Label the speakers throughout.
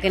Speaker 1: que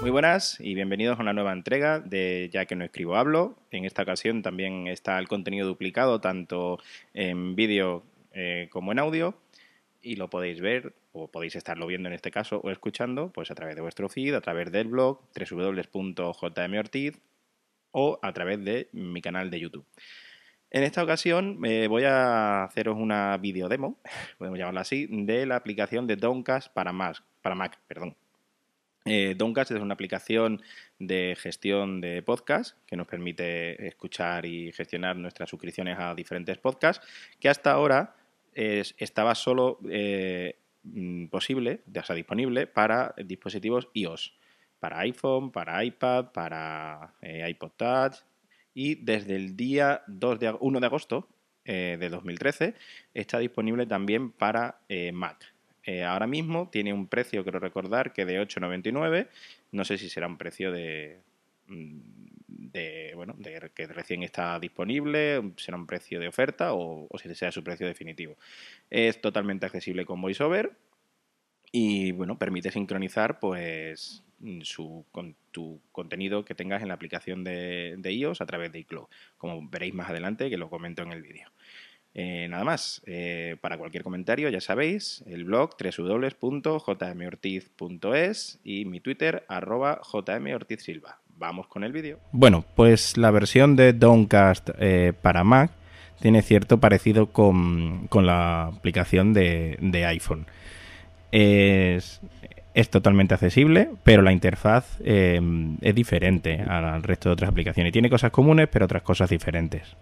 Speaker 2: Muy buenas y bienvenidos a una nueva entrega de Ya que no escribo hablo. En esta ocasión también está el contenido duplicado tanto en vídeo eh, como en audio y lo podéis ver o podéis estarlo viendo en este caso o escuchando pues a través de vuestro feed, a través del blog www.jmortiz o a través de mi canal de YouTube. En esta ocasión eh, voy a haceros una videodemo, podemos llamarla así, de la aplicación de Downcast para Mac, para Mac, perdón. Eh, Downcast es una aplicación de gestión de podcast que nos permite escuchar y gestionar nuestras suscripciones a diferentes podcasts que hasta ahora es- estaba solo eh, mm, posible, o sea, disponible para dispositivos iOS, para iPhone, para iPad, para eh, iPod Touch y desde el día 2 de, ag- 1 de agosto eh, de 2013 está disponible también para eh, Mac. Eh, ahora mismo tiene un precio, quiero recordar, que de 8,99. No sé si será un precio de, mm, de bueno, de que recién está disponible, será un precio de oferta o, o si sea su precio definitivo. Es totalmente accesible con VoiceOver y bueno, permite sincronizar pues mm, su, con, tu contenido que tengas en la aplicación de, de iOS a través de iCloud, como veréis más adelante que lo comento en el vídeo. Eh, nada más, eh, para cualquier comentario ya sabéis, el blog www.jmortiz.es y mi Twitter arroba jmortizsilva. Vamos con el vídeo. Bueno, pues la versión de Downcast eh, para Mac tiene cierto parecido con, con la aplicación de, de iPhone. Es, es totalmente accesible, pero la interfaz eh, es diferente al resto de otras aplicaciones. Tiene cosas comunes, pero otras cosas diferentes.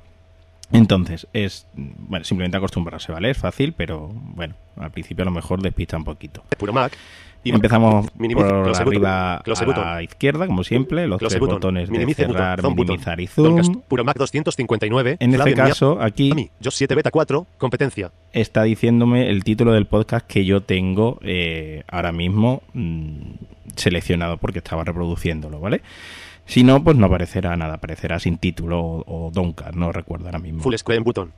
Speaker 2: Entonces, es bueno, simplemente acostumbrarse, ¿vale? Es fácil, pero bueno, al principio a lo mejor despista un poquito.
Speaker 3: puro Mac.
Speaker 2: Y empezamos
Speaker 3: Minimiza-
Speaker 2: por
Speaker 3: close button,
Speaker 2: arriba
Speaker 3: close
Speaker 2: a la
Speaker 3: button.
Speaker 2: izquierda, como siempre, los
Speaker 3: Close
Speaker 2: tres
Speaker 3: button,
Speaker 2: botones de
Speaker 3: minimice button,
Speaker 2: cerrar,
Speaker 3: zoom button,
Speaker 2: minimizar y zoom.
Speaker 3: Downcast, puro Mac 259.
Speaker 2: En este
Speaker 3: Flavia Mia-
Speaker 2: caso, aquí
Speaker 3: Ami, yo 7 beta 4, competencia.
Speaker 2: está diciéndome el título del podcast que yo tengo eh, ahora mismo mm, seleccionado porque estaba reproduciéndolo, ¿vale? Si no, pues no aparecerá nada, aparecerá sin título o, o Downcast, no recuerdo ahora mismo.
Speaker 3: Full screen button.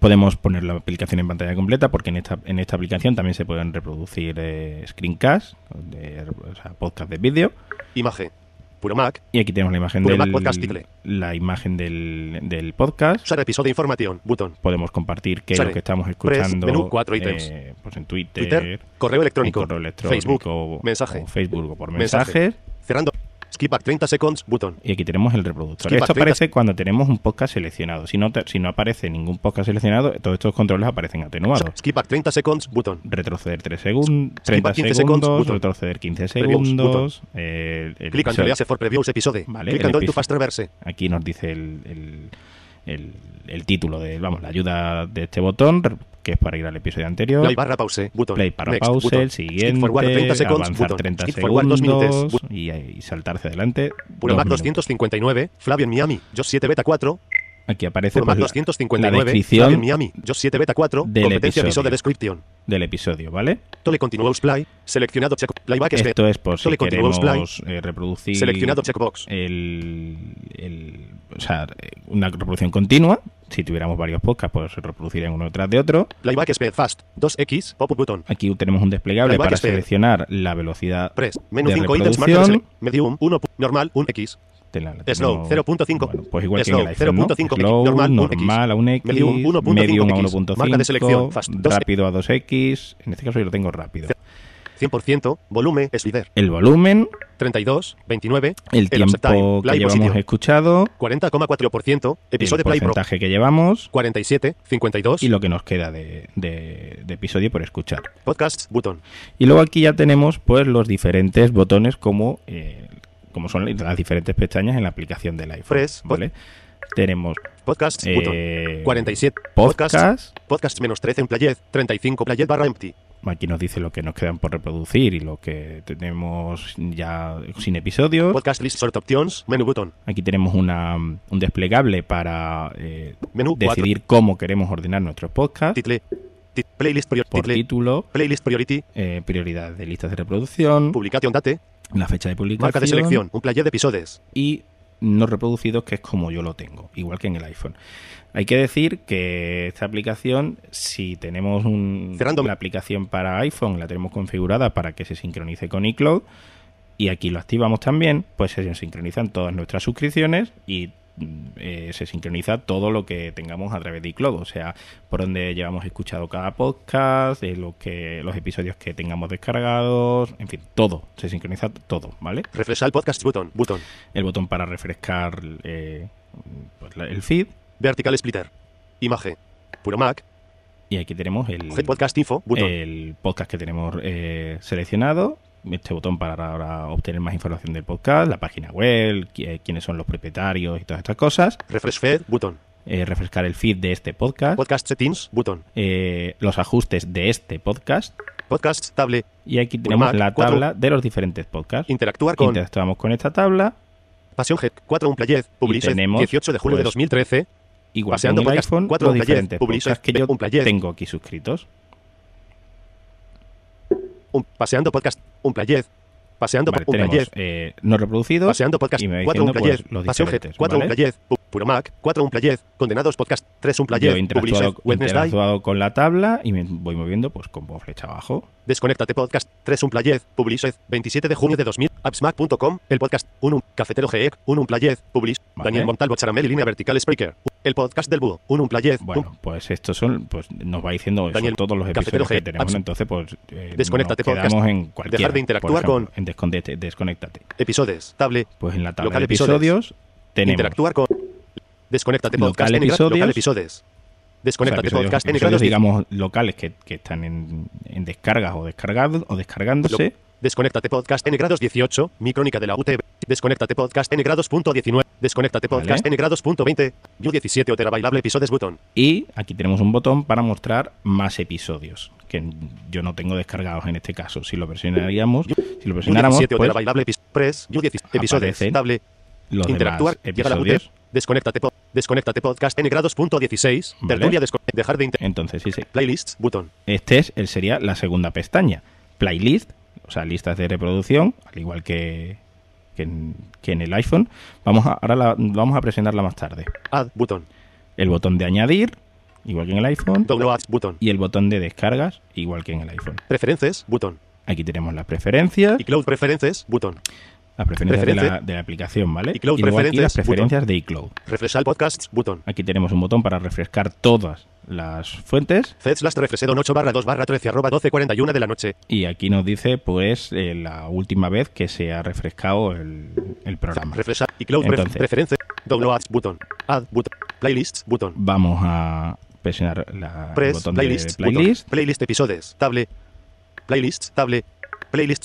Speaker 2: Podemos poner la aplicación en pantalla completa porque en esta, en esta aplicación también se pueden reproducir eh, screencasts, de- o sea, podcast de vídeo.
Speaker 3: Imagen. Puro Mac.
Speaker 2: Y aquí tenemos la imagen
Speaker 3: Puro
Speaker 2: del
Speaker 3: Mac Pues Podcast Tickle.
Speaker 2: la imagen del, del podcast.
Speaker 3: Usar episodio información. Button.
Speaker 2: Podemos compartir qué es
Speaker 3: Sale.
Speaker 2: lo que estamos
Speaker 3: Press,
Speaker 2: escuchando
Speaker 3: menú, cuatro ítems.
Speaker 2: eh, pues en Twitter,
Speaker 3: Twitter. Correo
Speaker 2: en
Speaker 3: electrónico.
Speaker 2: correo electrónico,
Speaker 3: Facebook.
Speaker 2: o-
Speaker 3: mensaje.
Speaker 2: o Facebook o por mensajes.
Speaker 3: Mensaje. Cerrando. Skip back 30 seconds. Button.
Speaker 2: Y aquí tenemos el reproductor.
Speaker 3: Skip
Speaker 2: esto
Speaker 3: a 30.
Speaker 2: aparece cuando tenemos un podcast seleccionado. Si no, te- si no aparece ningún podcast seleccionado, todos estos controles aparecen atenuados.
Speaker 3: Skip back 30 seconds. Button.
Speaker 2: retroceder 3 segundos,
Speaker 3: a
Speaker 2: 30
Speaker 3: 15
Speaker 2: segundos,
Speaker 3: secondos, botón.
Speaker 2: retroceder 15
Speaker 3: Previews,
Speaker 2: segundos. eh, el- el
Speaker 3: Click and
Speaker 2: episodio-
Speaker 3: release for previews episode.
Speaker 2: Vale,
Speaker 3: Click
Speaker 2: el
Speaker 3: and all to
Speaker 2: episodio.
Speaker 3: fast traverse.
Speaker 2: aquí nos dice el, el- el- el título de, vamos, la ayuda de este botón, que es para ir al episodio anterior.
Speaker 3: Play barra pause. Button.
Speaker 2: Play para
Speaker 3: Next,
Speaker 2: pause,
Speaker 3: button.
Speaker 2: el siguiente,
Speaker 3: Skip forward 30 seconds.
Speaker 2: avanzar
Speaker 3: Button.
Speaker 2: 30
Speaker 3: Skip forward 2
Speaker 2: segundos
Speaker 3: minutos.
Speaker 2: y, eh, y saltarse adelante.
Speaker 3: Puro
Speaker 2: dos
Speaker 3: Mac
Speaker 2: minutos.
Speaker 3: 259, Flavio en Miami, yo 7 beta 'em 4,
Speaker 2: Aquí aparece
Speaker 3: Puro Mac
Speaker 2: pues, la- la
Speaker 3: 259, Flavio en
Speaker 2: descripción
Speaker 3: Miami, yo 7 beta 4,
Speaker 2: del
Speaker 3: competencia
Speaker 2: episodio.
Speaker 3: episodio description.
Speaker 2: del episodio, ¿vale?
Speaker 3: Tole continuous play, seleccionado check, playback este,
Speaker 2: Esto es por si
Speaker 3: Solo
Speaker 2: queremos
Speaker 3: continuamos play.
Speaker 2: eh, reproducir
Speaker 3: seleccionado checkbox,
Speaker 2: el, el- o sea, una reproducción continua. Si tuviéramos varios podcasts, pues se reproducirían uno tras de otro.
Speaker 3: playback speed fast, 2x, pop button,
Speaker 2: Aquí tenemos un desplegable
Speaker 3: Igual que
Speaker 2: para
Speaker 3: este.
Speaker 2: seleccionar la velocidad.
Speaker 3: press, menú
Speaker 2: De
Speaker 3: 5 ítems marca
Speaker 2: reproducción.
Speaker 3: medium, 1, pu- normal, 1x,
Speaker 2: Te la- la tenemos-
Speaker 3: Slow, 0.5.
Speaker 2: Bueno, pues igual
Speaker 3: Slow,
Speaker 2: que en el iPhone, ¿no?
Speaker 3: 0.5,
Speaker 2: Slow,
Speaker 3: normal, un X.
Speaker 2: normal a un X, medium,
Speaker 3: Medium,
Speaker 2: a
Speaker 3: 1.5 X.
Speaker 2: 1.5,
Speaker 3: Marca de selección, fast, 2X.
Speaker 2: rápido a 2X. En este caso yo lo tengo rápido.
Speaker 3: 100%, volumen, slider,
Speaker 2: El volumen,
Speaker 3: 32, 29,
Speaker 2: el
Speaker 3: El uptime,
Speaker 2: tiempo que
Speaker 3: play
Speaker 2: llevamos
Speaker 3: position.
Speaker 2: escuchado,
Speaker 3: 40,4%,
Speaker 2: el
Speaker 3: episodio play pro,
Speaker 2: porcentaje que llevamos
Speaker 3: 47, 52,
Speaker 2: y lo que nos queda de, de- de episodio por escuchar.
Speaker 3: podcasts, button,
Speaker 2: Y luego aquí ya tenemos pues los diferentes botones como, eh, como son las diferentes pestañas en la aplicación del iPhone.
Speaker 3: Press,
Speaker 2: ¿vale? Tenemos
Speaker 3: podcasts, button,
Speaker 2: eh,
Speaker 3: 47, podcasts,
Speaker 2: podcast,
Speaker 3: Podcast menos 13 en Playet, 35 Playet barra empty.
Speaker 2: Aquí nos dice lo que nos quedan por reproducir y lo que tenemos ya sin episodios.
Speaker 3: Podcast list sort options. Menú botón.
Speaker 2: Aquí tenemos una, un desplegable para eh,
Speaker 3: Menú cuatro.
Speaker 2: decidir cómo queremos ordenar nuestros podcasts
Speaker 3: Title. Ti- Playlist priority.
Speaker 2: por título,
Speaker 3: Playlist priority.
Speaker 2: eh, prioridad de listas de reproducción,
Speaker 3: Publication date.
Speaker 2: la fecha de publicación
Speaker 3: Marca de selección. Un player de episodios.
Speaker 2: y no reproducidos, que es como yo lo tengo, igual que en el iPhone. Hay que decir que esta aplicación, si tenemos un,
Speaker 3: Cerrando.
Speaker 2: la aplicación para iPhone, la tenemos configurada para que se sincronice con iCloud y aquí lo activamos también, pues se sincronizan todas nuestras suscripciones y mm, eh, se sincroniza todo lo que tengamos a través de iCloud, o sea, por donde llevamos escuchado cada podcast, eh, lo que, los episodios que tengamos descargados, en fin, todo, se sincroniza todo, ¿vale?
Speaker 3: Refresh al podcast button. Button.
Speaker 2: el botón para refrescar eh, pues, la- el feed.
Speaker 3: Vertical splitter. Imagen. Puro Mac.
Speaker 2: Y eh, aquí tenemos el,
Speaker 3: Head podcast info. Button.
Speaker 2: el podcast que tenemos eh, seleccionado. Este botón para, para obtener más información del podcast, la página web, qui- eh, quiénes son los propietarios y todas estas cosas.
Speaker 3: Refresh feed. Button.
Speaker 2: Eh, refrescar el feed de este podcast.
Speaker 3: Podcast settings. Button.
Speaker 2: eh, los ajustes de este podcast.
Speaker 3: Podcast table.
Speaker 2: Y aquí tenemos
Speaker 3: Mac,
Speaker 2: la
Speaker 3: cuatro.
Speaker 2: tabla de los diferentes podcasts.
Speaker 3: Interactuar con
Speaker 2: Interactuamos con esta tabla,
Speaker 3: Pasión Head 4 un player. Published
Speaker 2: tenemos,
Speaker 3: 18 de julio de
Speaker 2: pues,
Speaker 3: 2013.
Speaker 2: igual
Speaker 3: Paseando
Speaker 2: que en el
Speaker 3: podcast,
Speaker 2: iPhone,
Speaker 3: cuatro
Speaker 2: los
Speaker 3: players,
Speaker 2: diferentes
Speaker 3: publishers,
Speaker 2: podcasts que yo
Speaker 3: un player.
Speaker 2: tengo aquí suscritos.
Speaker 3: Un, paseando podcast. Un player. Paseando
Speaker 2: Vale,
Speaker 3: un
Speaker 2: tenemos
Speaker 3: player.
Speaker 2: eh, no reproducidos.
Speaker 3: Paseando podcast
Speaker 2: y me va
Speaker 3: 4 un
Speaker 2: diciendo, pues,
Speaker 3: player.
Speaker 2: los
Speaker 3: Pasión Head
Speaker 2: diferentes,
Speaker 3: 4 un
Speaker 2: ¿vale?
Speaker 3: player. Pu- Puro Mac 4 un player. Condenados podcast 3 un
Speaker 2: Yo he
Speaker 3: player. Published
Speaker 2: interactuado,
Speaker 3: Wednesday.
Speaker 2: interactuado con la tabla y me voy moviendo pues como flecha abajo.
Speaker 3: Desconéctate podcast 3 un player. Published 27 de junio de 2000. Appsmac.com. El podcast 1 un cafetero GEC 1 un player. Published
Speaker 2: Vale.
Speaker 3: Daniel Montalvo Charamel y línea vertical Spreaker. El podcast del búho 1 un player.
Speaker 2: Bueno, pues estos son, pues nos va diciendo eso,
Speaker 3: Daniel,
Speaker 2: todos los
Speaker 3: Cafetero
Speaker 2: episodios que
Speaker 3: G,
Speaker 2: tenemos.
Speaker 3: apps.
Speaker 2: ¿no? Entonces, pues eh,
Speaker 3: Desconéctate
Speaker 2: nos quedamos
Speaker 3: podcast.
Speaker 2: en cualquier.
Speaker 3: Dejar de interactuar con-
Speaker 2: en desconecte- desconéctate.
Speaker 3: Episodios. Table.
Speaker 2: Pues en la tabla
Speaker 3: Local
Speaker 2: de episodios,
Speaker 3: episodios.
Speaker 2: tenemos
Speaker 3: Interactuar con. Desconéctate
Speaker 2: Local
Speaker 3: podcast en grado-
Speaker 2: episodios.
Speaker 3: local episodios.
Speaker 2: o sea,
Speaker 3: Desconéctate
Speaker 2: episodios-
Speaker 3: podcast en
Speaker 2: episodios,
Speaker 3: grados dif-
Speaker 2: digamos locales que, que están en, en descargas o descargados o descargándose.
Speaker 3: Desconéctate podcast en grados 18, mi crónica de la UTV. Desconéctate podcast en grados.19. Desconéctate podcast
Speaker 2: Vale.
Speaker 3: en grados.20. View 17 Otera Bailable Episodios Button.
Speaker 2: Y aquí tenemos un botón para mostrar más episodios, que yo no tengo descargados en este caso. Si lo versionaríamos, si lo
Speaker 3: View
Speaker 2: versionáramos,
Speaker 3: 17 Otera
Speaker 2: pues,
Speaker 3: Bailable Epis- Press. View 17 Episodios.
Speaker 2: Aparecen
Speaker 3: Table.
Speaker 2: los demás
Speaker 3: Interactuar. Llega la
Speaker 2: episodios.
Speaker 3: UTV. Desconéctate, po- desconéctate podcast en grados.16.
Speaker 2: Vale.
Speaker 3: Tertulia desco- Dejar de inter-
Speaker 2: Entonces, sí, sí.
Speaker 3: Playlists. Button.
Speaker 2: este es, el- sería la segunda pestaña. Playlist, o sea, listas de reproducción, al igual que, que, en, que en el iPhone. Vamos a, ahora la, vamos a presentarla más tarde.
Speaker 3: Add. Button.
Speaker 2: El botón de añadir, igual que en el iPhone.
Speaker 3: Downloads. Button.
Speaker 2: Y el botón de descargas, igual que en el iPhone.
Speaker 3: Preferences. Button.
Speaker 2: Aquí tenemos las preferencias.
Speaker 3: Y Cloud Preferences. Button.
Speaker 2: Las preferencias de la,
Speaker 3: Preferencia.
Speaker 2: de la aplicación, ¿vale?
Speaker 3: iCloud
Speaker 2: y luego aquí las
Speaker 3: preferencias,
Speaker 2: preferencias de iCloud.
Speaker 3: Refresal podcasts. Button.
Speaker 2: Aquí tenemos un botón para refrescar todas las fuentes
Speaker 3: Feds las 8 barra 2 barra 13 arroba 1241 de la noche.
Speaker 2: y aquí nos dice pues eh, la última vez que se ha refrescado el, el programa.
Speaker 3: Refresal y Cloud pref-
Speaker 2: Entonces.
Speaker 3: preferencia. Downloads button. Add button. Playlists button.
Speaker 2: Vamos a presionar la, el
Speaker 3: Press
Speaker 2: botón
Speaker 3: playlists
Speaker 2: de playlist
Speaker 3: button. Playlist episodios. Table. Playlists table. Playlist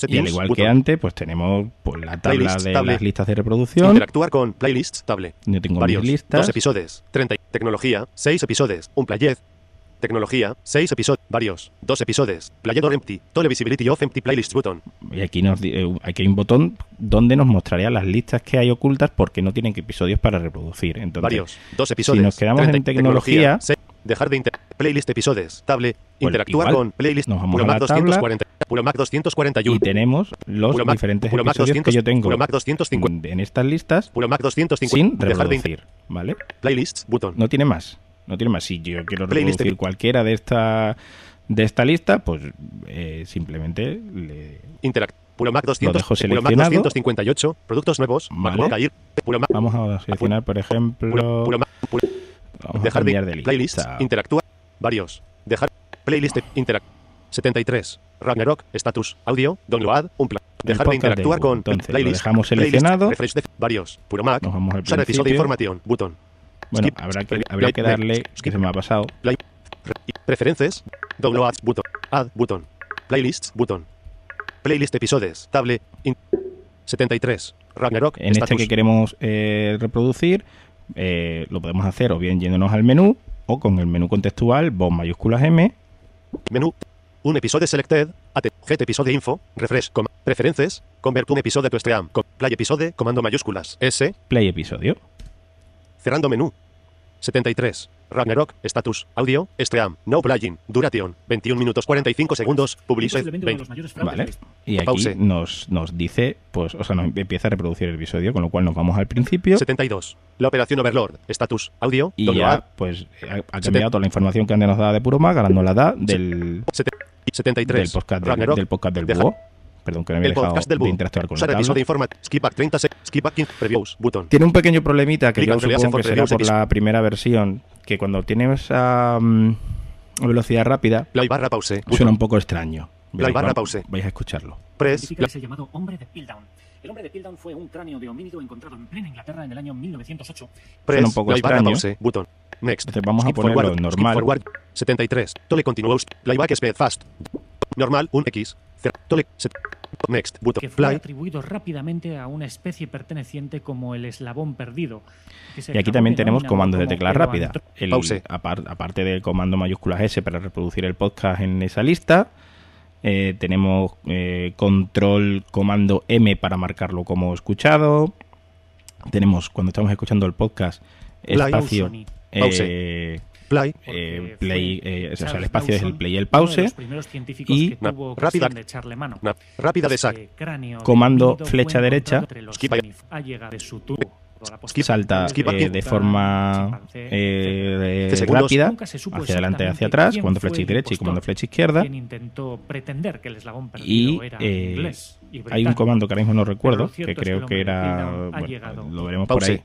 Speaker 2: y
Speaker 3: settings.
Speaker 2: al igual que
Speaker 3: button.
Speaker 2: antes pues tenemos pues la tabla
Speaker 3: Playlist,
Speaker 2: de
Speaker 3: tabla.
Speaker 2: las listas de reproducción.
Speaker 3: Interactuar con playlists table.
Speaker 2: Yo tengo
Speaker 3: Varios.
Speaker 2: mis
Speaker 3: Dos
Speaker 2: listas.
Speaker 3: episodios. 30. Tecnología. 6 episodios. Un player. Tecnología. 6 episodios. Varios. Dos episodios. Player or empty. Tole visibility of empty playlist button.
Speaker 2: Y aquí, nos, di- eh, aquí hay un botón donde nos mostraría las listas que hay ocultas porque no tienen episodios para reproducir. Entonces,
Speaker 3: Varios. Dos episodios.
Speaker 2: nos quedamos en tecnología-
Speaker 3: se- dejar de inter- playlist episodios. Table. interactuar
Speaker 2: igual.
Speaker 3: con playlist.
Speaker 2: Nos vamos
Speaker 3: Puro
Speaker 2: a la
Speaker 3: Mac
Speaker 2: tabla.
Speaker 3: 240. Puro Mac
Speaker 2: y
Speaker 3: 241.
Speaker 2: tenemos los
Speaker 3: Puro Mac-
Speaker 2: diferentes
Speaker 3: Puro Mac
Speaker 2: episodios que
Speaker 3: 200,
Speaker 2: yo tengo
Speaker 3: Puro Mac 250.
Speaker 2: en estas listas
Speaker 3: Puro Mac 250.
Speaker 2: sin
Speaker 3: Pues dejar de
Speaker 2: reproducir, ¿vale?
Speaker 3: inter- playlists. Button.
Speaker 2: No tiene más, no tiene más. Si yo quiero
Speaker 3: Playlist
Speaker 2: reproducir
Speaker 3: de-
Speaker 2: cualquiera de esta de esta lista, pues eh, simplemente le-
Speaker 3: Interact. Puro Mac 200.
Speaker 2: dejo
Speaker 3: Puro Mac
Speaker 2: seleccionado.
Speaker 3: 258. Productos nuevos.
Speaker 2: Vale.
Speaker 3: MacBook Air. Puro Mac.
Speaker 2: vamos a seleccionar, por ejemplo,
Speaker 3: Puro, Puro Mac. Puro-
Speaker 2: vamos a
Speaker 3: dejar de,
Speaker 2: cambiar de
Speaker 3: playlist.
Speaker 2: lista.
Speaker 3: Interactuar. Varios. Dejar. Playlist. Interact. 73. Ragnarok. Status. Audio. Download. Un plan. Dejar de
Speaker 2: podcast de
Speaker 3: interactuar
Speaker 2: Google.
Speaker 3: con
Speaker 2: Entonces, lo
Speaker 3: playlist.
Speaker 2: dejamos
Speaker 3: playlist,
Speaker 2: seleccionado.
Speaker 3: refresh de- varios. Puro Mac.
Speaker 2: Nos vamos al
Speaker 3: Usar episodio
Speaker 2: principio.
Speaker 3: información. Button.
Speaker 2: Bueno,
Speaker 3: Skip.
Speaker 2: habrá que
Speaker 3: Play-
Speaker 2: habrá que
Speaker 3: play-
Speaker 2: darle que
Speaker 3: skip.
Speaker 2: se me ha pasado.
Speaker 3: Preferences. Downloads button. Add button. Playlists button. Playlist episodios. Table. in- 73. Ragnarok.
Speaker 2: En este
Speaker 3: status.
Speaker 2: que queremos eh, reproducir, eh, lo podemos hacer o bien yéndonos al menú o con el menú contextual, voz mayúsculas M,
Speaker 3: Menú. Un episodio selected. At. Get episodio info. Refresh. Com. Preferences. Convert un episodio to stream. Com. Play episodio. Comando mayúsculas. S.
Speaker 2: Play episodio.
Speaker 3: Cerrando menú. 73. Ragnarok. Status. Audio. Stream. No playing. Duration. 21 minutos 45 segundos. Publish.
Speaker 4: Posiblemente uno de
Speaker 3: 20.
Speaker 4: los mayores fraudes de
Speaker 2: Vale.
Speaker 4: la historia.
Speaker 2: Y aquí
Speaker 3: Pause.
Speaker 2: nos, nos dice, pues, o sea, nos empieza a reproducir el episodio, con lo cual nos vamos al principio.
Speaker 3: 72. La operación Overlord. Status. Audio.
Speaker 2: Y
Speaker 3: WA.
Speaker 2: ya, pues, ha, ha cambiado toda la información que antes nos daba de puro más, ganando la edad del,
Speaker 3: Sete- y 73.
Speaker 2: del podcast del,
Speaker 3: Ragnarok.
Speaker 2: del podcast del
Speaker 3: Deja-
Speaker 2: búho. Perdón, que no había
Speaker 3: El
Speaker 2: dejado
Speaker 3: podcast del
Speaker 2: de
Speaker 3: bug.
Speaker 2: interactuar con la
Speaker 3: Usar
Speaker 2: tabla.
Speaker 3: episodio informa. Skip back 30 sec- Skip back 15 previews. Button.
Speaker 2: Tiene un pequeño problemita que
Speaker 3: Clica
Speaker 2: yo
Speaker 3: donde le hacen
Speaker 2: supongo que
Speaker 3: por
Speaker 2: será
Speaker 3: reviews
Speaker 2: por
Speaker 3: episo-
Speaker 2: la primera versión, que cuando tienes a mm, velocidad rápida
Speaker 3: Play barra pause.
Speaker 2: suena
Speaker 3: Button.
Speaker 2: un poco extraño.
Speaker 3: La barra
Speaker 2: va-
Speaker 3: pause.
Speaker 2: Vais a escucharlo.
Speaker 3: Press.
Speaker 4: Identifica
Speaker 3: la-
Speaker 4: ese llamado hombre de Pildown. El hombre de Pildown fue un cráneo de homínido encontrado en plena Inglaterra en el año 1908.
Speaker 3: Press.
Speaker 2: un poco
Speaker 3: play barra
Speaker 2: extraño. ¿eh?
Speaker 3: pause. Button. Next.
Speaker 2: Entonces vamos a ponerlo
Speaker 3: forward,
Speaker 2: normal.
Speaker 3: Skip forward. 73. Tole continuous. Playback speed fast. Normal. Un X. Cer- Tole. set- Next. Button.
Speaker 4: que fue
Speaker 3: Play.
Speaker 4: atribuido rápidamente a una especie perteneciente como el eslabón perdido. que se
Speaker 2: Y aquí también
Speaker 4: autodenomina
Speaker 2: tenemos comandos de
Speaker 4: como
Speaker 2: tecla rápida.
Speaker 4: pedoantro-
Speaker 2: El-
Speaker 3: Pause.
Speaker 2: apar- aparte del comando mayúsculas S para reproducir el podcast en esa lista, eh, tenemos eh, control comando M para marcarlo como escuchado. Tenemos cuando estamos escuchando el podcast
Speaker 3: Play.
Speaker 2: espacio
Speaker 4: Pause.
Speaker 2: eh,
Speaker 3: Play.
Speaker 4: porque
Speaker 2: eh,
Speaker 4: fue
Speaker 2: play, eh, o sea,
Speaker 4: Charles
Speaker 2: el espacio es el
Speaker 4: Dawson,
Speaker 2: play y el
Speaker 4: Uno de
Speaker 2: pause.
Speaker 4: los primeros científicos
Speaker 2: y-
Speaker 4: que
Speaker 3: Na-
Speaker 4: tuvo
Speaker 3: rápida-
Speaker 4: cuestión de echarle mano.
Speaker 3: Una rápida de sac.
Speaker 4: Ese cráneo de
Speaker 2: Comando
Speaker 4: homínido fue
Speaker 2: flecha derecha.
Speaker 4: encontrado entre los
Speaker 3: Skip.
Speaker 4: fenifállaga de su tubo. La
Speaker 2: que
Speaker 4: postura
Speaker 2: salta
Speaker 3: Skip
Speaker 2: eh,
Speaker 3: aquí.
Speaker 2: de forma
Speaker 4: chimpancé,
Speaker 2: eh,
Speaker 3: Qué segundos.
Speaker 2: rápida
Speaker 4: Nunca se supo
Speaker 2: hacia adelante y hacia
Speaker 4: exactamente
Speaker 2: atrás,
Speaker 4: quién
Speaker 2: comando
Speaker 4: fue
Speaker 2: flecha
Speaker 4: el
Speaker 2: derecha y comando
Speaker 4: impostor,
Speaker 2: flecha izquierda.
Speaker 4: quien intentó pretender que el eslabón
Speaker 2: Y
Speaker 4: perdido era
Speaker 2: eh,
Speaker 4: inglés y
Speaker 2: hay un
Speaker 4: británico.
Speaker 2: comando que ahora mismo no recuerdo,
Speaker 4: lo cierto
Speaker 2: que
Speaker 4: es que
Speaker 2: creo
Speaker 4: el
Speaker 2: que
Speaker 4: hombre de
Speaker 2: era...
Speaker 4: Vietnam ha
Speaker 2: bueno,
Speaker 4: llegado.
Speaker 2: lo veremos
Speaker 3: Pause.
Speaker 2: por ahí.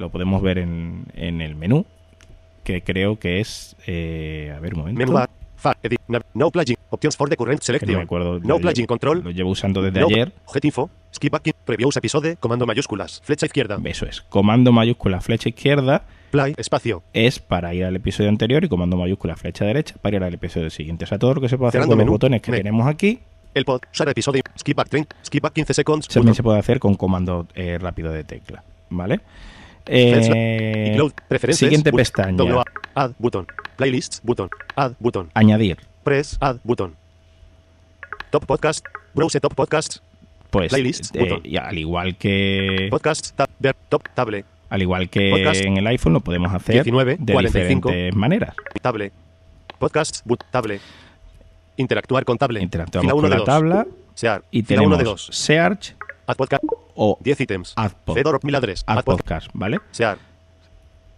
Speaker 2: Lo podemos ver en, en el menú, que creo que es... eh, a ver, un momento.
Speaker 3: Menú bar. Fa. Edit. nav- No plugin. Options for the current
Speaker 2: que no me
Speaker 3: selection.
Speaker 2: acuerdo.
Speaker 3: No
Speaker 2: Lo llevo-
Speaker 3: plugin control.
Speaker 2: Lo llevo usando desde
Speaker 3: no,
Speaker 2: ayer.
Speaker 3: Jet info. Skip back. in- Previews episode. Comando mayúsculas. Flecha izquierda.
Speaker 2: Eso es. Comando mayúscula flecha izquierda
Speaker 3: Play. Espacio.
Speaker 2: es para ir al episodio anterior y comando mayúscula flecha derecha para ir al episodio siguiente. O sea, todo lo que se puede hacer
Speaker 3: Cerrando
Speaker 2: con los
Speaker 3: menú.
Speaker 2: botones que
Speaker 3: Me-
Speaker 2: tenemos aquí
Speaker 3: El pod. Usar episodio. Skip back 30. Skip back 15 seconds.
Speaker 2: también
Speaker 3: Button.
Speaker 2: se puede hacer con comando eh, rápido de tecla. ¿Vale?
Speaker 3: Y
Speaker 2: Eh,
Speaker 3: Cloud, preferencias,
Speaker 2: siguiente
Speaker 3: button,
Speaker 2: pestaña.
Speaker 3: WA, add button. Playlists button. Add button.
Speaker 2: añadir.
Speaker 3: Press add button. Top podcast. Browse top podcasts.
Speaker 2: Pues
Speaker 3: Playlists,
Speaker 2: eh,
Speaker 3: botón.
Speaker 2: y al igual que
Speaker 3: Podcasts tab ver top table.
Speaker 2: al igual que
Speaker 3: podcast,
Speaker 2: en el iPhone lo podemos hacer
Speaker 3: 19,
Speaker 2: de
Speaker 3: 45.
Speaker 2: diferentes maneras.
Speaker 3: Table. Podcasts but, table. Interactuar con table.
Speaker 2: Interactuamos con la
Speaker 3: dos.
Speaker 2: tabla
Speaker 3: Sear.
Speaker 2: y
Speaker 3: fila 1 de
Speaker 2: tenemos
Speaker 3: 2.
Speaker 2: search
Speaker 3: Add podcast.
Speaker 2: o
Speaker 3: 10 ítems.
Speaker 2: add, pod-
Speaker 3: Fedor 1003.
Speaker 2: add
Speaker 3: Add podcast.
Speaker 2: podcast, ¿vale?
Speaker 3: Sear.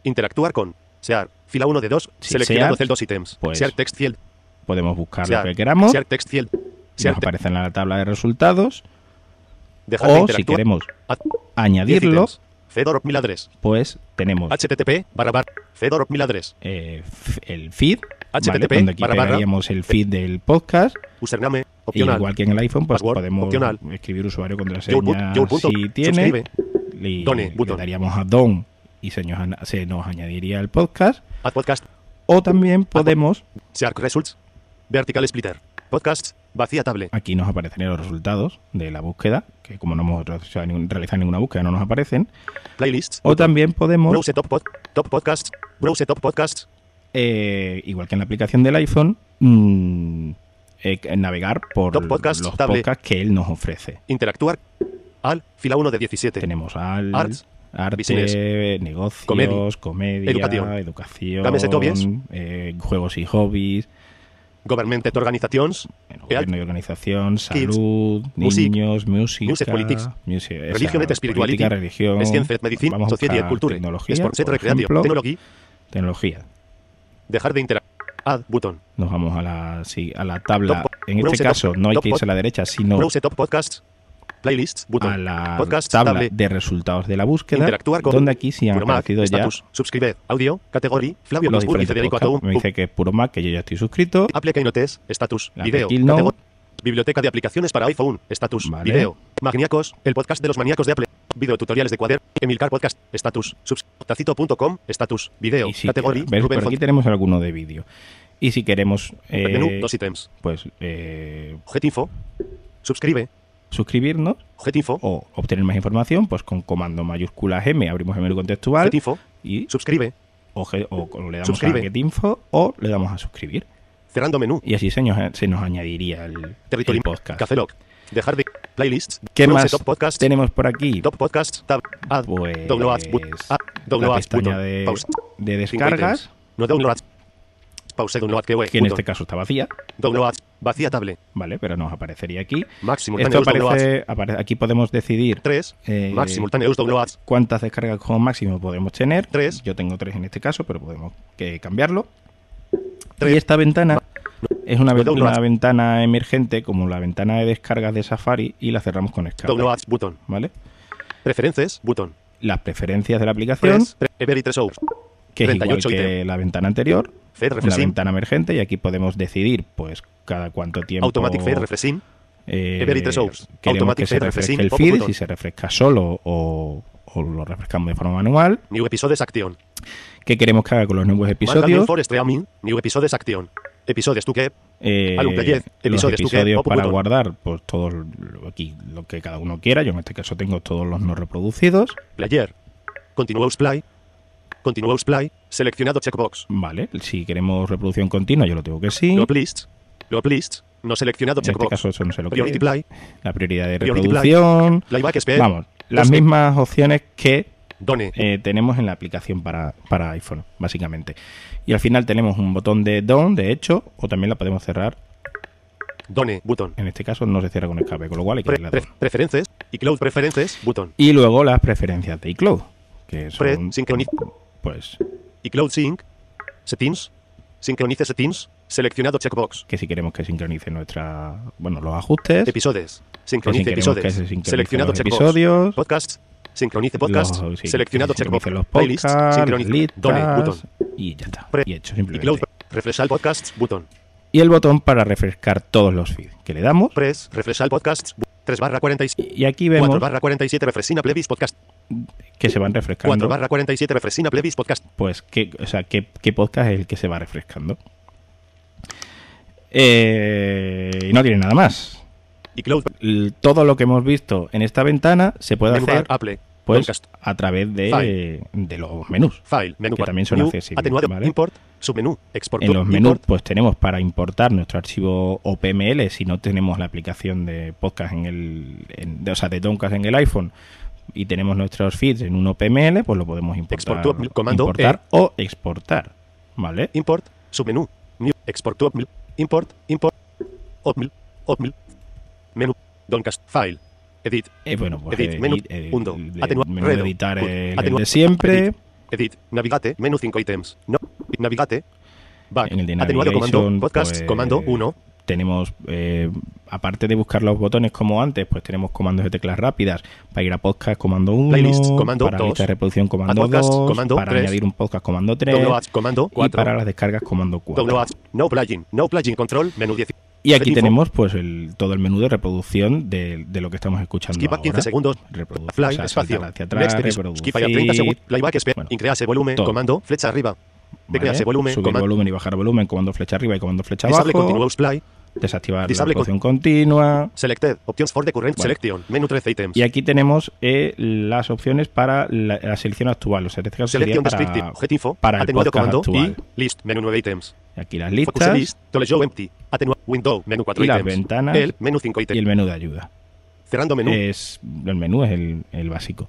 Speaker 3: Interactuar con. Sear. Fila 1 de 2.
Speaker 2: Sí,
Speaker 3: Seleccionado
Speaker 2: sear,
Speaker 3: cel 2 ítems.
Speaker 2: pues,
Speaker 3: sear text field.
Speaker 2: Podemos buscar
Speaker 3: Sear.
Speaker 2: lo que queramos,
Speaker 3: Sear text field. Sear
Speaker 2: nos
Speaker 3: te-
Speaker 2: aparece en la tabla de resultados
Speaker 3: dejar de
Speaker 2: o si
Speaker 3: interactuar.
Speaker 2: queremos
Speaker 3: Add-
Speaker 2: añadirlo,
Speaker 3: Fedor 1003.
Speaker 2: pues tenemos
Speaker 3: http barra bar Fedor 1003.
Speaker 2: eh, f- el feed, ¿vale?
Speaker 3: HTTP,
Speaker 2: donde aquí
Speaker 3: barra, barra.
Speaker 2: pegaríamos el feed del podcast
Speaker 3: Username
Speaker 2: Y
Speaker 3: opcional.
Speaker 2: igual que en el iPhone, pues
Speaker 3: Password,
Speaker 2: podemos
Speaker 3: opcional.
Speaker 2: escribir usuario
Speaker 3: Your bu-
Speaker 2: contraseña
Speaker 3: your punto.
Speaker 2: si tiene.
Speaker 3: Suscribe.
Speaker 2: Le,
Speaker 3: Done,
Speaker 2: le
Speaker 3: button.
Speaker 2: daríamos a Don y se nos, ana- se nos añadiría el podcast.
Speaker 3: Add podcast.
Speaker 2: O también podemos,
Speaker 3: Shark results. Vertical splitter. Podcasts. Vacía table.
Speaker 2: aquí nos aparecerían los resultados de la búsqueda, que como no hemos realizado ningún- realizado ninguna búsqueda no nos aparecen.
Speaker 3: Playlists.
Speaker 2: O también podemos,
Speaker 3: Browse top pod. Top podcasts. Browse top podcasts.
Speaker 2: eh, igual que en la aplicación del iPhone, mm, eh, navegar por
Speaker 3: Top podcast,
Speaker 2: los
Speaker 3: tablet.
Speaker 2: podcasts que él nos ofrece.
Speaker 3: Interactuar. Al. Fila 1 de 17.
Speaker 2: Tenemos al
Speaker 3: Arts,
Speaker 2: arte,
Speaker 3: business,
Speaker 2: negocios,
Speaker 3: comedy,
Speaker 2: comedia,
Speaker 3: educación,
Speaker 2: educación,
Speaker 3: games and hobbies,
Speaker 2: eh, juegos y hobbies,
Speaker 3: Government et organizations.
Speaker 2: bueno,
Speaker 3: health,
Speaker 2: gobierno y organización,
Speaker 3: kids,
Speaker 2: salud,
Speaker 3: music,
Speaker 2: niños, música,
Speaker 3: music, politics,
Speaker 2: music, o
Speaker 3: religion
Speaker 2: sea,
Speaker 3: and spirituality,
Speaker 2: política, religión,
Speaker 3: Science, medicine,
Speaker 2: vamos a
Speaker 3: society and
Speaker 2: buscar
Speaker 3: culture.
Speaker 2: tecnología,
Speaker 3: Sports et
Speaker 2: por
Speaker 3: recreation.
Speaker 2: ejemplo,
Speaker 3: Technology.
Speaker 2: tecnología.
Speaker 3: Dejar de interactuar. Add button.
Speaker 2: Nos vamos a la, sí, a la tabla.
Speaker 3: Top-
Speaker 2: en este
Speaker 3: browser,
Speaker 2: caso no hay
Speaker 3: top-
Speaker 2: que irse a la derecha, sino
Speaker 3: Browse top podcasts. Playlists. Button.
Speaker 2: a la
Speaker 3: podcast,
Speaker 2: tabla
Speaker 3: tablet.
Speaker 2: de resultados de la búsqueda,
Speaker 3: Interactuar con-
Speaker 2: donde aquí sí han
Speaker 3: Puro Mac,
Speaker 2: aparecido ya
Speaker 3: status, Subscribe. Audio. Category. Flavio
Speaker 2: los
Speaker 3: Glasburg y
Speaker 2: diferentes
Speaker 3: Federico
Speaker 2: podcasts.
Speaker 3: Atún.
Speaker 2: Me dice que es puro Mac, que yo ya estoy suscrito.
Speaker 3: Apple Keynotes, status,
Speaker 2: La
Speaker 3: video,
Speaker 2: Tequil no.
Speaker 3: categor- biblioteca de aplicaciones para iPhone, status,
Speaker 2: Vale.
Speaker 3: video, magníacos, el podcast de los maníacos de Apple, videotutoriales de Quader, Emilcar Podcast, status, subs, tacito.com, status, video,
Speaker 2: Y si
Speaker 3: categoría,
Speaker 2: ¿ves?
Speaker 3: Rubén
Speaker 2: Por aquí
Speaker 3: Font,
Speaker 2: tenemos alguno de vídeo. Y si queremos, eh,
Speaker 3: menú, dos ítems,
Speaker 2: pues eh,
Speaker 3: Getinfo, suscribe,
Speaker 2: suscribirnos
Speaker 3: Getinfo,
Speaker 2: o obtener más información, pues con comando mayúscula M abrimos el menú contextual
Speaker 3: Getinfo,
Speaker 2: y
Speaker 3: suscribe,
Speaker 2: o, ge- o con- le damos
Speaker 3: Suscribe.
Speaker 2: a get info o le damos a suscribir.
Speaker 3: Cerrando menú.
Speaker 2: Y así se nos, se nos añadiría el,
Speaker 3: Territorio.
Speaker 2: el podcast.
Speaker 3: Café Lock. Dejar de. Playlists.
Speaker 2: ¿Qué
Speaker 3: Bronce
Speaker 2: más
Speaker 3: Top Podcast.
Speaker 2: tenemos por aquí?
Speaker 3: Top Podcast. Tab. Add.
Speaker 2: Pues,
Speaker 3: Downloads. But, add.
Speaker 2: la
Speaker 3: Downloads.
Speaker 2: pestaña
Speaker 3: Button.
Speaker 2: de,
Speaker 3: Pause.
Speaker 2: de
Speaker 3: Cinco
Speaker 2: descargas,
Speaker 3: ítems. No downloads. Pause download que
Speaker 2: que en este caso está vacía,
Speaker 3: Downloads. Vacía table.
Speaker 2: ¿vale? Pero nos aparecería aquí.
Speaker 3: Max
Speaker 2: Esto
Speaker 3: simultáneos downloads.
Speaker 2: aparece, apare- aquí podemos decidir
Speaker 3: 3.
Speaker 2: eh,
Speaker 3: Max simultáneos downloads.
Speaker 2: cuántas descargas como máximo podemos tener.
Speaker 3: Tres.
Speaker 2: Yo tengo tres en este caso, pero podemos que cambiarlo.
Speaker 3: Tres.
Speaker 2: Y esta ventana es una, ve-
Speaker 3: Downloads.
Speaker 2: una ventana emergente, como la ventana de descargas de Safari, y la cerramos con Escape.
Speaker 3: Downloads. Button.
Speaker 2: ¿Vale?
Speaker 3: Preferencias. Button.
Speaker 2: Las preferencias de la aplicación,
Speaker 3: 3. Every 3 hours.
Speaker 2: que es igual
Speaker 3: 38
Speaker 2: que
Speaker 3: ítem.
Speaker 2: la ventana anterior,
Speaker 3: Fed
Speaker 2: una
Speaker 3: refreshing.
Speaker 2: ventana emergente, y aquí podemos decidir, pues, cada cuánto tiempo.
Speaker 3: Automatic fade refreshing.
Speaker 2: eh,
Speaker 3: Every tres hours.
Speaker 2: queremos
Speaker 3: Automatic
Speaker 2: que se
Speaker 3: fade
Speaker 2: refresque
Speaker 3: refreshing,
Speaker 2: el
Speaker 3: pop
Speaker 2: feed,
Speaker 3: button.
Speaker 2: si se refresca solo o, o lo refrescamos de forma manual.
Speaker 3: New episodes action.
Speaker 2: ¿Qué queremos que haga con los nuevos
Speaker 3: Marca
Speaker 2: episodios?
Speaker 3: for streaming. New episodes action. Episodios to keep.
Speaker 2: Eh,
Speaker 3: Alum
Speaker 2: los
Speaker 3: Playez, episodios, tú qué,
Speaker 2: episodios
Speaker 3: Popo
Speaker 2: para
Speaker 3: Button.
Speaker 2: guardar, pues todos lo- aquí, lo que cada uno quiera. Yo en este caso tengo todos los no reproducidos.
Speaker 3: Player. Continuous play. Continuous play. Seleccionado checkbox.
Speaker 2: Vale, si queremos reproducción continua, yo lo tengo que sí.
Speaker 3: Lo list. Lo list. No seleccionado
Speaker 2: En este
Speaker 3: checkbox.
Speaker 2: caso, eso no sé lo que
Speaker 3: Priority
Speaker 2: es.
Speaker 3: play.
Speaker 2: La prioridad de
Speaker 3: Priority Play.
Speaker 2: reproducción.
Speaker 3: Playback speed.
Speaker 2: Vamos, las
Speaker 3: Dos que-
Speaker 2: mismas opciones que
Speaker 3: Done.
Speaker 2: eh, tenemos en la aplicación para, para iPhone, básicamente. Y al final tenemos un botón de down, de hecho, o también la podemos cerrar.
Speaker 3: Done. Button.
Speaker 2: En este caso no se cierra con escape, con lo cual hay que
Speaker 3: Pre-
Speaker 2: darle a
Speaker 3: pre-
Speaker 2: down.
Speaker 3: preferencias. Y cloud preferences. Button.
Speaker 2: Y luego las preferencias de iCloud, que
Speaker 3: Pre-
Speaker 2: son
Speaker 3: sincroniz-
Speaker 2: pues
Speaker 3: Y cloud sync. Settings. Sincronice settings. Seleccionado checkbox.
Speaker 2: que si queremos que sincronice nuestra, bueno, los ajustes,
Speaker 3: Episodios.
Speaker 2: que si
Speaker 3: Sincronice
Speaker 2: queremos que
Speaker 3: episodios.
Speaker 2: se sincronice
Speaker 3: Seleccionado
Speaker 2: los
Speaker 3: checkbox.
Speaker 2: episodios,
Speaker 3: Podcasts. Sincronice podcast.
Speaker 2: los- sí,
Speaker 3: seleccionado
Speaker 2: que se
Speaker 3: checkbox.
Speaker 2: sincronicen los
Speaker 3: Playlists.
Speaker 2: podcasts, las
Speaker 3: Sincronice. Done. Button.
Speaker 2: listas y ya está,
Speaker 3: Pre-
Speaker 2: y hecho
Speaker 3: Y
Speaker 2: simplemente.
Speaker 3: cloud. Refresal podcasts. Button.
Speaker 2: Y el botón para refrescar todos los feeds que le damos
Speaker 3: Press. Refresal podcasts. bu- 3 barra 47.
Speaker 2: y aquí
Speaker 3: 4
Speaker 2: vemos
Speaker 3: barra 47 refresina plebis podcast.
Speaker 2: que se van
Speaker 3: 4
Speaker 2: refrescando
Speaker 3: barra 47 refresina plebis podcast.
Speaker 2: pues qué, o sea, qué, qué podcast es el que se va refrescando. Eh, y no tiene nada más.
Speaker 3: Y cloud.
Speaker 2: L- Todo lo que hemos visto en esta ventana se puede
Speaker 3: Menú bar,
Speaker 2: hacer
Speaker 3: Apple.
Speaker 2: pues,
Speaker 3: Podcast.
Speaker 2: a través de,
Speaker 3: File.
Speaker 2: de los menús.
Speaker 3: File. Menú
Speaker 2: que
Speaker 3: bar,
Speaker 2: también son
Speaker 3: new,
Speaker 2: accesibles,
Speaker 3: Atenuado.
Speaker 2: ¿vale?
Speaker 3: Import. Submenú. Export.
Speaker 2: En
Speaker 3: to-
Speaker 2: los menús
Speaker 3: import,
Speaker 2: pues tenemos para importar nuestro archivo OPML si no tenemos la aplicación de podcast en el, en- de- o sea, de Downcast en el iPhone y tenemos nuestros feeds en un OPML, pues lo podemos importar,
Speaker 3: Export to- comando, eh.
Speaker 2: importar o exportar, ¿vale?
Speaker 3: Import. Submenú. New. Export to opmil. Import. Import. Opmil. Opmil. Menú. Doncast. File. Edit.
Speaker 2: Eh, bueno, pues
Speaker 3: Edit,
Speaker 2: edit,
Speaker 3: menú,
Speaker 2: edit,
Speaker 3: punto,
Speaker 2: el
Speaker 3: atenua-
Speaker 2: menú de
Speaker 3: redo,
Speaker 2: editar
Speaker 3: punto,
Speaker 2: el- el
Speaker 3: atenua-
Speaker 2: de siempre,
Speaker 3: edit, Edit. Navigate. Menú 5 ítems. No. Navigate. Back.
Speaker 2: En el de
Speaker 3: Atenuado
Speaker 2: navigation,
Speaker 3: comando. Podcast.
Speaker 2: pues,
Speaker 3: comando 1.
Speaker 2: tenemos, eh, aparte de buscar los botones como antes, pues tenemos comandos de teclas rápidas para ir a podcast comando 1,
Speaker 3: Playlist, comando
Speaker 2: para
Speaker 3: dos,
Speaker 2: lista de reproducción comando
Speaker 3: a podcast,
Speaker 2: 2,
Speaker 3: comando
Speaker 2: para
Speaker 3: tres,
Speaker 2: añadir un podcast comando 3
Speaker 3: Downloads. Comando
Speaker 2: eh, y
Speaker 3: 4.
Speaker 2: para las descargas comando 4.
Speaker 3: Downloads. No plugin. No plugin control. Menú 10.
Speaker 2: Y aquí
Speaker 3: Info.
Speaker 2: tenemos pues el, todo el menú de reproducción de, de lo que estamos escuchando
Speaker 3: Skip a
Speaker 2: ahora.
Speaker 3: 15 segundos.
Speaker 2: Reproducir,
Speaker 3: Fly,
Speaker 2: o sea,
Speaker 3: espacio.
Speaker 2: saltar hacia atrás,
Speaker 3: Next, skip a 30
Speaker 2: reproducir,
Speaker 3: segundos. Playback, espe-
Speaker 2: Bueno,
Speaker 3: increase volumen.
Speaker 2: todo.
Speaker 3: Comando. Flecha arriba. Decrease volumen.
Speaker 2: subir
Speaker 3: Comando.
Speaker 2: volumen y bajar volumen, comando flecha arriba y comando flecha abajo,
Speaker 3: Disable continuous play.
Speaker 2: desactivar la
Speaker 3: Disable con-
Speaker 2: reproducción continua.
Speaker 3: Selected. Options for the current
Speaker 2: Bueno.
Speaker 3: selection. Menú 13 ítems.
Speaker 2: Y aquí tenemos eh, las opciones para la, la selección actual. O sea, en este caso sería
Speaker 3: Selection descriptive.
Speaker 2: para,
Speaker 3: Objetivo. info.
Speaker 2: para el
Speaker 3: Atenuado
Speaker 2: podcast
Speaker 3: comando.
Speaker 2: actual.
Speaker 3: Y list. Menú 9 ítems.
Speaker 2: Y aquí las
Speaker 3: Focus
Speaker 2: listas
Speaker 3: list. Tole show empty. Atenuado. Window. Menú 4
Speaker 2: Y las
Speaker 3: ítems.
Speaker 2: ventanas.
Speaker 3: El. Menú 5
Speaker 2: y el eh,
Speaker 3: ítems.
Speaker 2: menú de ayuda.
Speaker 3: Cerrando menú.
Speaker 2: Es, el menú es el, el básico.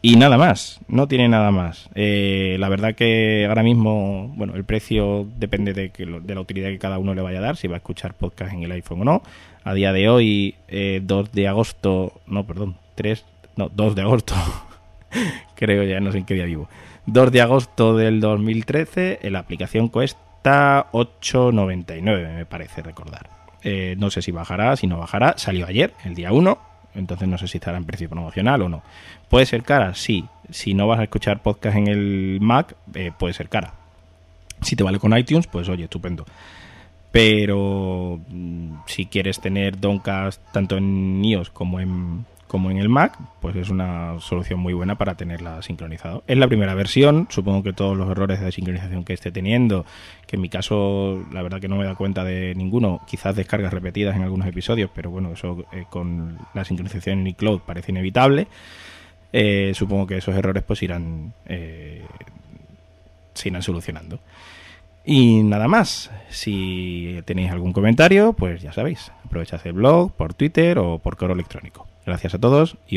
Speaker 2: Y nada más, no tiene nada más. Eh, la verdad que ahora mismo, bueno, el precio depende de, que lo- de la utilidad que cada uno le vaya a dar, si va a escuchar podcast en el iPhone o no. A día de hoy, eh, 2 de agosto, no, perdón, 3, no, 2 de agosto, creo ya, no sé en qué día vivo. 2 de agosto del 2013, eh, la aplicación cuesta 8,99 me parece recordar. Eh, no sé si bajará, si no bajará, salió ayer, el día 1, entonces no sé si estará en precio promocional o no. ¿Puede ser cara? Sí. Si no vas a escuchar podcast en el Mac, eh, puede ser cara. Si te vale con iTunes, pues oye, estupendo. Pero mm, si quieres tener Doncast tanto en iOS como en, como en el Mac, pues es una solución muy buena para tenerla sincronizado. Es la primera versión, supongo que todos los errores de sincronización que esté teniendo, que en mi caso la verdad que no me da cuenta de ninguno, quizás descargas repetidas en algunos episodios, pero bueno, eso eh, con la sincronización en iCloud parece inevitable. Eh, supongo que esos errores pues irán eh, se irán solucionando. Y nada más, si tenéis algún comentario, pues ya sabéis, aprovechad el blog por Twitter o por correo electrónico. Gracias a todos y un